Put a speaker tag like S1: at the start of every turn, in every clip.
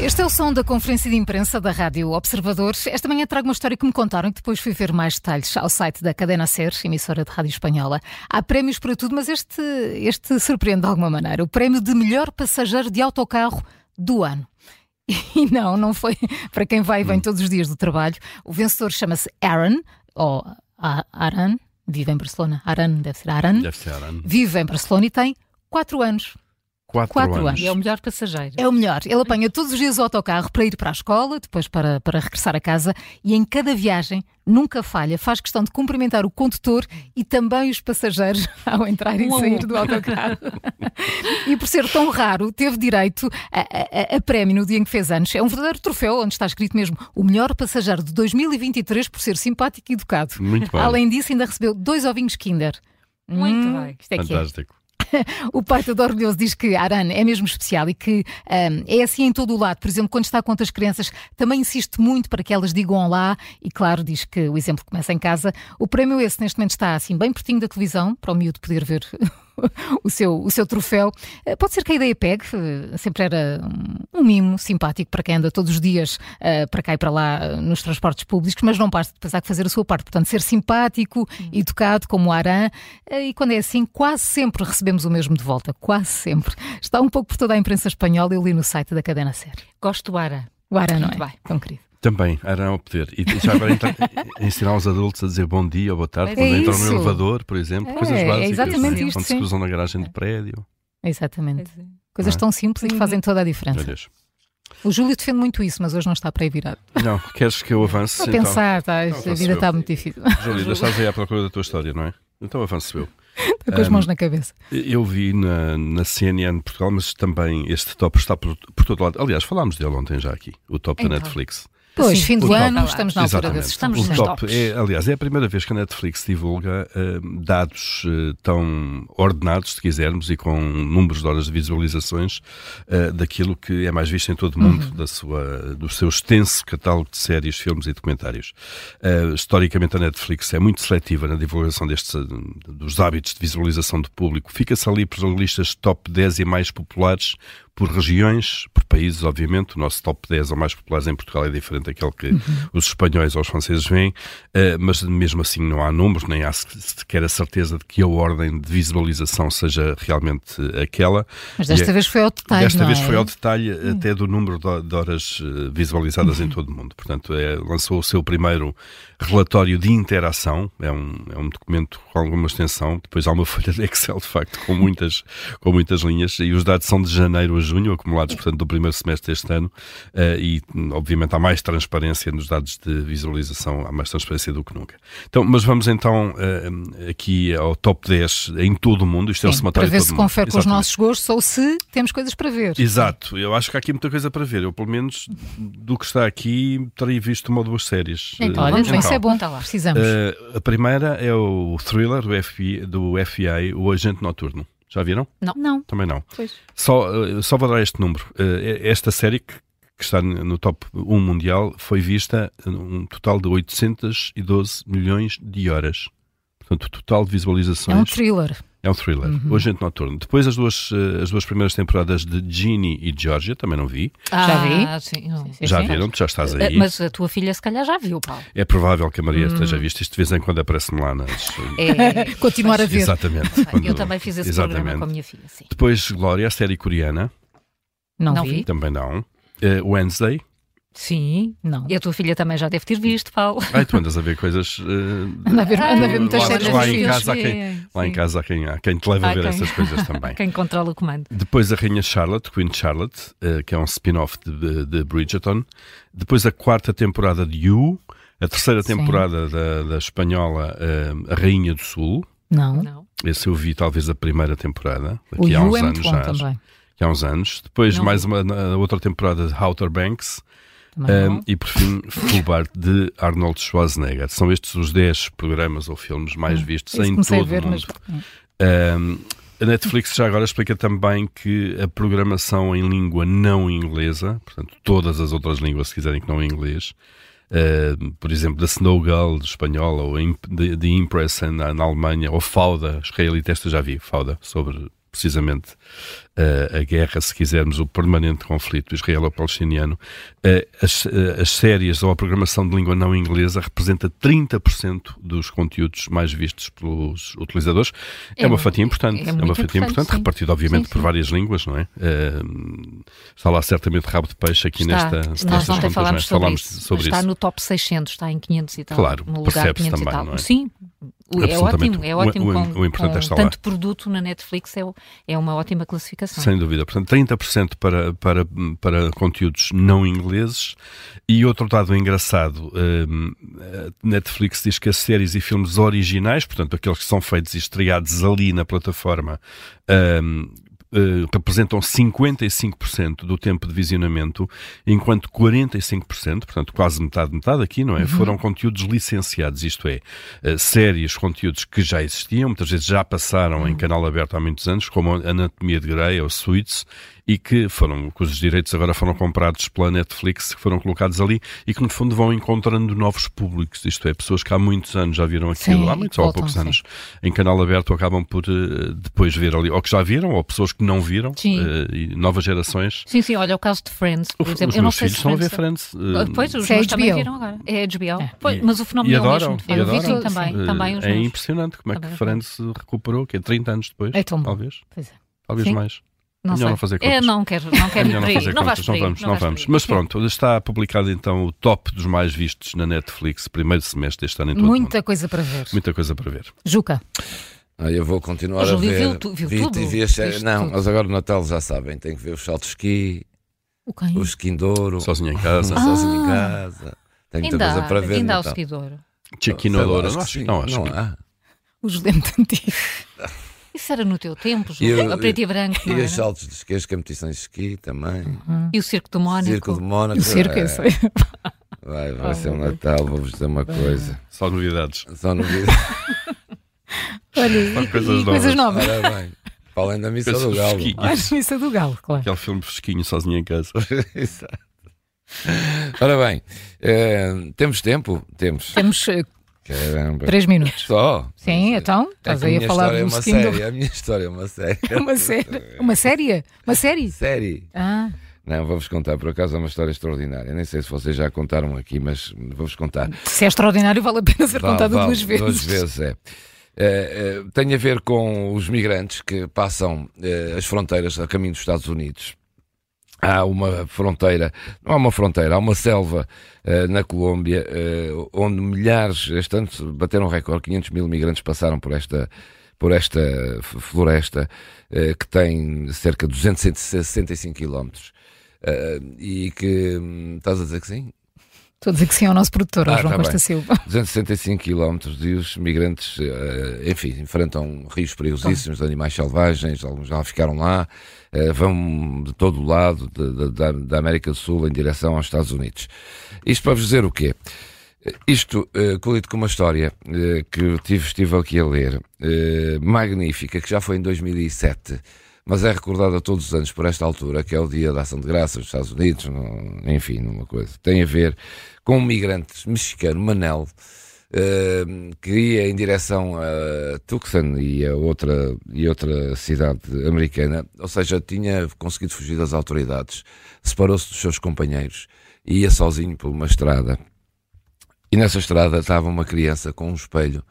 S1: Este é o som da conferência de imprensa da Rádio Observadores. Esta manhã trago uma história que me contaram e que depois fui ver mais detalhes ao site da Cadena Ser, emissora de rádio espanhola. Há prémios para tudo, mas este, este surpreende de alguma maneira. O prémio de melhor passageiro de autocarro do ano. E não, não foi para quem vai e vem todos os dias do trabalho. O vencedor chama-se Aaron, ou A- Aran, vive em Barcelona. Aran, deve ser Aran.
S2: Deve ser ano.
S1: Vive em Barcelona e tem 4 anos.
S2: Quatro,
S1: Quatro
S2: anos.
S1: anos.
S3: E é o melhor passageiro.
S1: É o melhor. Ele apanha todos os dias o autocarro para ir para a escola, depois para, para regressar a casa e em cada viagem nunca falha. Faz questão de cumprimentar o condutor e também os passageiros ao entrar e
S3: Um a um.
S1: sair do autocarro. e por ser tão raro, teve direito a, a- a- a prémio no dia em que fez anos. É um verdadeiro troféu onde está escrito mesmo o melhor passageiro de 2023 por ser simpático e educado.
S2: Muito bem.
S1: Além disso, ainda recebeu dois ovinhos Kinder.
S3: Muito bem.
S1: Isto é que é.
S2: Fantástico.
S1: O pai todo orgulhoso diz que Aran é mesmo especial e que ahm, é assim em todo o lado. Por exemplo, quando está com outras crianças, também insiste muito para que elas digam olá e, claro, diz que o exemplo começa em casa. O prémio esse, neste momento, está assim bem pertinho da televisão, para o miúdo poder ver o seu, o seu troféu. Eh, Pode ser que a ideia pegue, eh, sempre era um- um mimo simpático para quem anda todos os dias eh, para cá e para lá eh, nos transportes públicos, mas não basta, depois há que fazer a sua parte. Portanto, ser simpático, educado, como o Aran, eh, e quando é assim, quase sempre recebemos o mesmo de volta, quase sempre. Está um pouco por toda a imprensa espanhola, eu li no site da Cadena Ser.
S3: Gosto do Ara.
S1: O Aran, não
S3: Muito
S1: é?
S3: bem.
S1: Tão querido.
S2: Também, Arão ao poder. E já agora entra- ensinar aos adultos a dizer bom dia ou boa tarde
S3: É
S2: quando entram
S1: isso.
S2: no elevador, por exemplo.
S1: É,
S2: coisas
S1: é
S2: básicas.
S1: exatamente
S2: não é?
S1: isto,
S2: Quando
S1: sim.
S2: se cruzam na garagem do prédio.
S1: Exatamente.
S3: Não
S1: Coisas
S2: Não é?
S1: tão simples e que
S3: Uhum.
S1: fazem toda a
S2: Meu
S1: diferença.
S2: Deus.
S1: O Júlio defende muito isso, mas hoje não está para aí virado.
S2: Não, queres que eu avance?
S1: Estou a pensar, tá,
S2: Então,
S1: a vida
S2: eu.
S1: está muito difícil.
S2: Então, Jolida, estás aí à procura da tua história, não é? Então avanço eu.
S1: Estou com as mãos na cabeça.
S2: Eu vi na, na CNN Portugal, mas também este top está por, por todo lado. Aliás, falámos dele ontem já aqui, o top da
S3: Então.
S2: Netflix.
S1: Pois,
S3: Sim,
S1: fim do
S2: o
S1: ano,
S3: top.
S1: estamos na altura
S2: Exatamente.
S1: desses.
S3: Estamos
S2: o
S3: nos
S2: top
S3: tops.
S2: é, aliás, é a primeira vez que a Netflix divulga eh, dados eh, tão ordenados, se quisermos, e com números de horas de visualizações eh, daquilo que é mais visto em todo o mundo,
S1: Uhum.
S2: da sua, do seu extenso catálogo de séries, filmes e documentários. Eh, historicamente, a Netflix é muito seletiva na divulgação destes, eh, dos hábitos de visualização do público. Fica-se ali por listas top 10 e mais populares por regiões, por países, obviamente. O nosso top 10 ou mais populares em Portugal é diferente daquele que os espanhóis ou os franceses veem, eh, mas mesmo assim não há números, nem há se- sequer a certeza de que a ordem de visualização seja realmente eh, aquela.
S1: Mas desta
S2: E é-
S1: vez foi ao detalhe.
S2: Desta
S1: não
S2: vez
S1: é?
S2: foi ao detalhe até do número de de horas eh, visualizadas
S1: Uhum.
S2: em todo o mundo. Portanto, é, lançou o seu primeiro relatório de interação. É um, é um documento com alguma extensão. Depois há uma folha de Excel, de facto, com muitas, com muitas linhas. E os dados são de janeiro a junho, acumulados, portanto, do primeiro semestre deste ano. Eh, E, obviamente, há mais transparência nos dados de visualização. Há mais transparência do que nunca. Então, mas vamos então eh, aqui ao top 10 em todo o mundo. Isto é o
S1: Sim, para
S2: somatório de
S1: ver
S2: todo
S1: se
S2: o mundo.
S1: confere com os
S2: Exatamente.
S1: nossos gostos ou se temos coisas para ver.
S2: Exato, eu acho que há aqui muita coisa para ver. Eu, pelo menos, do que está aqui, terei visto uma ou duas séries.
S1: Então,
S2: Eh,
S3: Olha,
S1: vamos ver,
S3: então.
S1: isso é bom.
S3: Está lá.
S1: Precisamos.
S2: eh, a primeira é o thriller do FBI, do FBI, O Agente Noturno. Já viram?
S3: Não. Não.
S2: Também não.
S3: Pois.
S2: Só, eh, só vou dar este número. Eh, Esta série, que que está no top 1 mundial, foi vista um total de 812 milhões de horas. Portanto, o total
S1: é
S2: de
S1: um
S2: visualizações
S1: thriller.
S2: é um thriller.
S3: Uhum.
S2: O Agente Noturno. Depois, as duas, eh, as duas primeiras temporadas de Ginny e Georgia, também não vi.
S1: Já vi?
S3: Ah, sim, não.
S1: sim,
S2: Já
S1: sim.
S2: viram? Tu já estás
S3: Ah,
S2: aí.
S3: Mas a tua filha se calhar já viu, Paulo.
S2: É provável que a Maria esteja vista. Isto de vez em quando aparece-me lá nas.
S3: É,
S1: Continuar a ver.
S2: Exatamente.
S3: Eu
S2: Quando-
S3: também fiz esse
S2: Exatamente.
S3: programa com a minha filha, sim.
S2: Depois, Glória, a série coreana.
S1: Não,
S3: Não
S1: vi.
S3: vi.
S2: Também não. Eh, Wednesday.
S3: Sim.
S1: Não.
S3: E a tua filha também já deve ter visto, Paulo.
S2: Ai, tu andas a ver coisas. eh,
S1: Anda a ver, anda a
S4: É.
S1: ver muitas
S2: lá-
S1: séries.
S2: lá
S1: dos
S2: em
S1: filhos.
S2: casa há quem- lá em casa há quem, há quem te leva
S3: Há
S2: a ver
S3: quem.
S2: essas coisas também.
S3: Quem controla o comando.
S2: Depois a Rainha Charlotte, Queen Charlotte, eh, que é um spin-off de, de- de Bridgerton. Depois a quarta temporada de You. A terceira
S1: Sim.
S2: temporada da, da espanhola eh, A Rainha do Sul.
S1: Não.
S3: Não.
S2: Esse eu vi talvez a primeira temporada,
S1: O
S2: aqui há
S1: You
S2: uns
S1: é muito
S2: anos
S1: bom
S2: já.
S1: também.
S2: que há uns anos. Depois
S3: Não
S2: mais uma na- outra temporada de Outer Banks
S1: Também
S2: ehm,
S1: não.
S2: e por fim Fullbart de Arnold Schwarzenegger. São estes os 10 programas ou filmes mais vistos
S1: Isso
S2: em
S1: É. comecei
S2: todo
S1: a ver,
S2: o
S1: mas.
S2: mundo. Ehm, a Netflix já agora explica também que a programação em língua não inglesa, portanto todas as outras línguas se quiserem que não é inglês, ehm, por exemplo, da Snow Girl espanhola ou Imp- de de Impress na, na Alemanha, ou Fauda, israelita, esta já vi, Fauda, sobre precisamente eh, a guerra, se quisermos, o permanente conflito israelo-palestiniano, eh, as, eh, as séries ou a programação de língua não inglesa representa 30% dos conteúdos mais vistos pelos utilizadores. É,
S3: É
S2: uma
S3: mu-
S2: fatia importante.
S3: é
S2: É,
S3: muito
S2: uma fatia
S3: importante,
S2: importante,
S3: sim.
S2: repartida, obviamente,
S3: Sim,
S2: por
S3: sim.
S2: várias línguas, não é? Eh, está lá certamente rabo de peixe aqui
S3: Está,
S2: nesta,
S3: nós
S2: nestas
S3: ontem
S2: contas, não é?
S3: falámos sobre
S2: Falámos
S3: isso.
S2: sobre
S3: está
S2: isso.
S3: no top 600, está em 500 e tal.
S2: Claro,
S3: no lugar
S2: percebe-se
S3: 500 e
S2: também,
S3: tal.
S2: não é?
S3: Sim, o- é
S2: Absolutamente.
S3: ótimo, é
S2: O- o-
S3: ótimo. com,
S2: o importante
S3: com
S2: está lá.
S3: tanto produto na Netflix é, o- é uma ótima classificação.
S2: Sem dúvida. Portanto, 30% para, para, para conteúdos não ingleses. E outro dado engraçado, hum, a Netflix diz que as séries e filmes originais, portanto, aqueles que são feitos e estreados ali na plataforma, hum, eh, representam 55% do tempo de visionamento, enquanto 45%, portanto quase metade, metade aqui, não é?
S3: Uhum.
S2: Foram conteúdos licenciados, isto é, eh, séries, conteúdos que já existiam, muitas vezes já passaram
S3: Uhum.
S2: em canal aberto há muitos anos, como Anatomia de Grey ou Suits, e que foram, cujos direitos agora foram comprados pela Netflix, que foram colocados ali e que no fundo vão encontrando novos públicos, isto é, pessoas que há muitos anos já viram aquilo,
S3: Sim,
S2: há muitos ou há
S3: voltam,
S2: poucos
S3: sim.
S2: anos, em canal aberto acabam por eh, depois ver ali, ou que já viram, ou pessoas que não viram,
S3: Sim.
S2: eh, e novas gerações.
S3: Sim, sim, olha o caso de Friends, por
S2: Os-
S3: exemplo.
S2: os
S3: eu não
S2: meus
S3: sei
S2: filhos
S3: se
S2: estão a ver
S3: Friends-
S2: Friends.
S3: Ah,
S2: eh,
S3: Depois, os
S1: Isso é
S3: meus também
S1: HBO.
S3: viram agora. É HBO. Pois, mas o
S2: e
S3: fenómeno é o
S2: adoram,
S3: mesmo. de
S2: e
S3: facto.
S2: adoram.
S3: Sim, também,
S2: Eh,
S3: também os
S2: é
S3: meus.
S2: impressionante como é que
S3: Também os
S2: Friends se recuperou, que é 30 anos depois,
S1: É tão bom.
S2: talvez,
S1: Pois é.
S2: talvez
S3: Sim.
S2: mais.
S3: Não
S2: melhor
S3: sei.
S2: não fazer
S3: É,
S2: contas.
S3: não quero, não
S2: É
S3: quero ir
S2: melhor
S3: por aí.
S2: fazer
S3: Não vais
S2: contas,
S3: por aí.
S2: não vamos, não
S3: vais por
S2: vamos.
S3: aí.
S2: Mas
S3: Sim.
S2: pronto, está publicado então o top dos mais vistos na Netflix, primeiro semestre deste ano em todo o mundo.
S1: Muita coisa para ver.
S2: Muita coisa para ver.
S1: Juca,
S4: Ah, eu vou continuar
S3: O Júlio
S4: a ver.
S3: viu tu- viu
S4: Vi-
S3: tudo?
S4: vi as séries.
S3: Viste
S4: Não,
S3: tudo?
S4: mas agora no Natal já sabem, tem que ver os saltos de esqui,
S1: o quem?
S4: os quindouro,
S2: Sozinho em casa.
S4: Ah, sozinho
S3: Ah.
S4: em casa. Tem muita
S3: Ainda,
S4: coisa para
S3: há-
S4: ver. então.
S3: ainda
S4: no
S3: há o
S4: Natal.
S3: seguidor.
S4: Sei
S2: Chiquino
S4: lá,
S2: Loura.
S4: acho
S2: Não
S4: que
S2: acho
S4: sim,
S2: que é não, é. acho
S4: não
S2: que
S4: há.
S1: O Julento Antigo.
S3: Isso era no teu tempo,
S4: E
S3: Júlio.
S4: eu-
S3: A preto e branco,
S4: E
S3: não
S4: os
S3: era?
S4: saltos de esqui, as competições de esqui também.
S3: E o Circo do Mónaco.
S4: Circo de Mónaco.
S1: O circo,
S4: é,
S1: eu sei.
S4: Vai, vai ser um Natal, vou-vos dizer uma coisa.
S2: Só novidades.
S4: Só no vídeo.
S1: Olha, e-
S2: Só coisas
S1: e coisas novas.
S4: Ora bem, para além da missa
S2: Coisas
S4: do Galo.
S2: fresquinhas.
S1: Acho isso é do Galo, claro.
S2: Aquele filme fresquinho, sozinho em casa.
S4: Exato. Ora bem, eh, temos tempo? Temos.
S1: Temos eh,
S4: Caramba.
S1: três minutos.
S4: Só.
S1: Sim, então,
S4: É
S1: estás
S4: que a
S1: aí
S4: minha
S1: a falar
S4: história é
S1: do
S4: uma
S1: Mosquito.
S4: série. A minha história é uma série.
S1: Uma série? Uma série? Uma série?
S4: série.
S1: Ah,
S4: Não, vou-vos contar. Por acaso é uma história extraordinária. Nem sei se vocês já a contaram aqui, mas vou-vos contar.
S1: se é extraordinário, vale a pena ser
S4: Vale,
S1: contado
S4: vale,
S1: duas vezes.
S4: Duas vezes, é. Eh, eh, tem a ver com os migrantes que passam eh, as fronteiras a caminho dos Estados Unidos. Há uma fronteira, não há uma fronteira, há uma selva eh, na Colômbia eh, onde milhares, este ano bateram um recorde, 500 mil migrantes passaram por esta, por esta f- floresta eh, que tem cerca de 265 quilómetros. Eh, e que, hum, estás a dizer que sim?
S1: Estou a dizer que sim ao nosso produtor, ao
S4: Ah,
S1: João
S4: tá
S1: Costa
S4: bem.
S1: Silva.
S4: 265 quilómetros e os migrantes, eh, enfim, enfrentam rios perigosíssimos, animais selvagens, alguns já ficaram lá, eh, vão de todo o lado de- de- da, da América do Sul em direção aos Estados Unidos. Isto para vos dizer o quê? Eh, Isto eh, colido com uma história eh, que eu tive, estive aqui a ler, eh, magnífica, que já foi em 2007, mas é recordada todos os anos por esta altura, que é o Dia da Ação de Graças dos Estados Unidos, num- enfim, numa coisa. Tem a ver com um migrante mexicano, Manel, eh, que ia em direção a Tucson e a outra, e outra cidade americana, ou seja, tinha conseguido fugir das autoridades, separou-se dos seus companheiros e ia sozinho por uma estrada. E nessa estrada estava uma criança com um espelho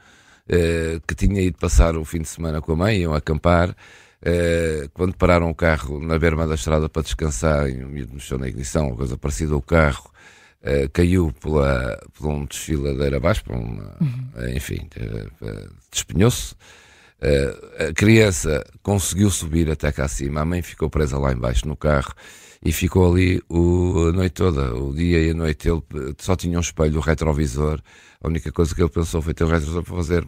S4: eh, que tinha ido passar o fim de semana com a mãe, iam acampar. eh, quando pararam o carro na berma da estrada para descansar, e o miúdo mexeu na ignição, uma coisa parecida ao carro, eh, caiu pela, por um desfiladeiro abaixo, por uma, enfim, eh, eh, despenhou-se. Eh, a criança conseguiu subir até cá acima, a mãe ficou presa lá embaixo no carro e ficou ali o, a noite toda, o dia e a noite. Ele eh, só tinha um espelho, o retrovisor. A única coisa que ele pensou foi ter o retrovisor para fazer.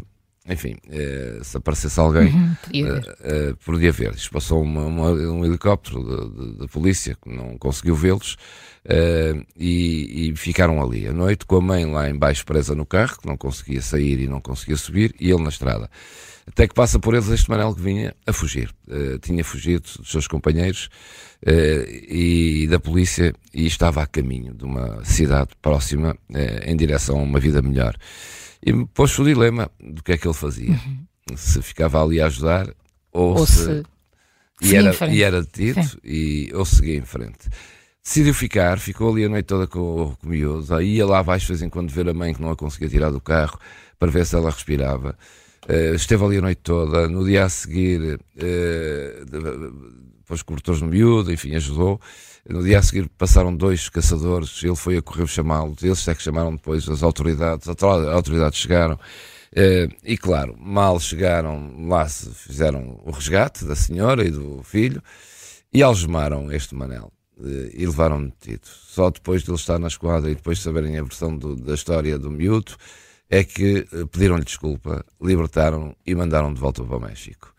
S4: Enfim, eh, se aparecesse alguém,
S1: Podia ver.
S4: eh, podia ver. Isto passou uma- uma- um helicóptero da- da- da polícia que não conseguiu vê-los eh, e, e ficaram ali à noite com a mãe lá embaixo presa no carro, que não conseguia sair e não conseguia subir, e ele na estrada. Até que passa por eles este Manel que vinha a fugir. Eh, tinha fugido dos seus companheiros eh, e da polícia e estava a caminho de uma cidade próxima eh, em direção a uma vida melhor. E me pôs o dilema do que é que ele fazia. Se ficava ali a ajudar Uhum. ou,
S1: Ou
S4: se,
S1: se
S4: E
S1: Seguia em
S4: era,
S1: frente.
S4: e era detido e eu segui em frente. Decidiu ficar, ficou ali a noite toda com, com o miúdo, aí ia lá abaixo de vez em quando ver a mãe que não a conseguia tirar do carro para ver se ela respirava. Eh, esteve ali a noite toda, no dia a seguir eh, de- de- pôs cobertores no miúdo, enfim, ajudou. No dia a seguir passaram dois caçadores, ele foi a correr chamá-los, eles é que chamaram depois as autoridades, as autoridades chegaram. Eh, e claro, mal chegaram lá, se fizeram o resgate da senhora e do filho e algemaram este Manel eh, e levaram-no detido. Só depois de ele estar na esquadra e depois de saberem a versão do- da história do miúdo é que eh, pediram-lhe desculpa, libertaram e mandaram de volta para o México.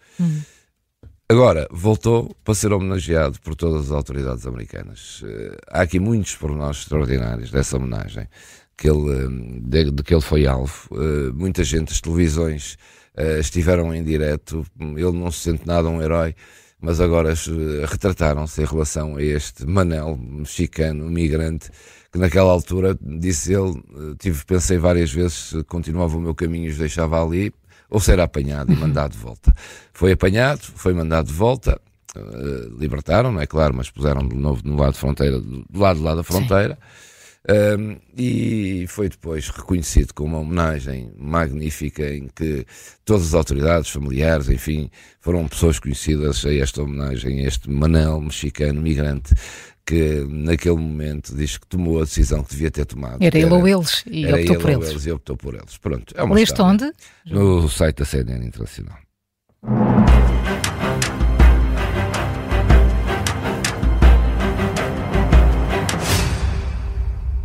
S4: Agora, voltou para ser homenageado por todas as autoridades americanas. Eh, Há aqui muitos pormenores extraordinários dessa homenagem que ele, eh, de, de que ele foi alvo. Eh, Muita gente, as televisões eh, estiveram em direto, ele não se sente nada um herói, mas agora eh, retrataram-se em relação a este Manel, mexicano, migrante, que naquela altura, disse ele, eh, tive, pensei várias vezes se continuava o meu caminho e os deixava ali, ou ser apanhado e mandado de volta. Foi apanhado, foi mandado de volta, eh, libertaram, não é claro, mas puseram de novo no lado de fronteira, do lado de lá da fronteira. Um, e foi depois reconhecido com uma homenagem magnífica em que todas as autoridades, familiares, enfim, foram pessoas conhecidas a esta homenagem, a este Manel mexicano migrante que naquele momento diz que tomou a decisão que devia ter tomado.
S1: Era
S4: que
S1: ele ou eles e
S4: era
S1: optou
S4: ele
S1: por
S4: ou
S1: eles.
S4: e optou por eles. Pronto, é uma
S1: Leste
S4: história.
S1: onde?
S4: No site da CNN Internacional.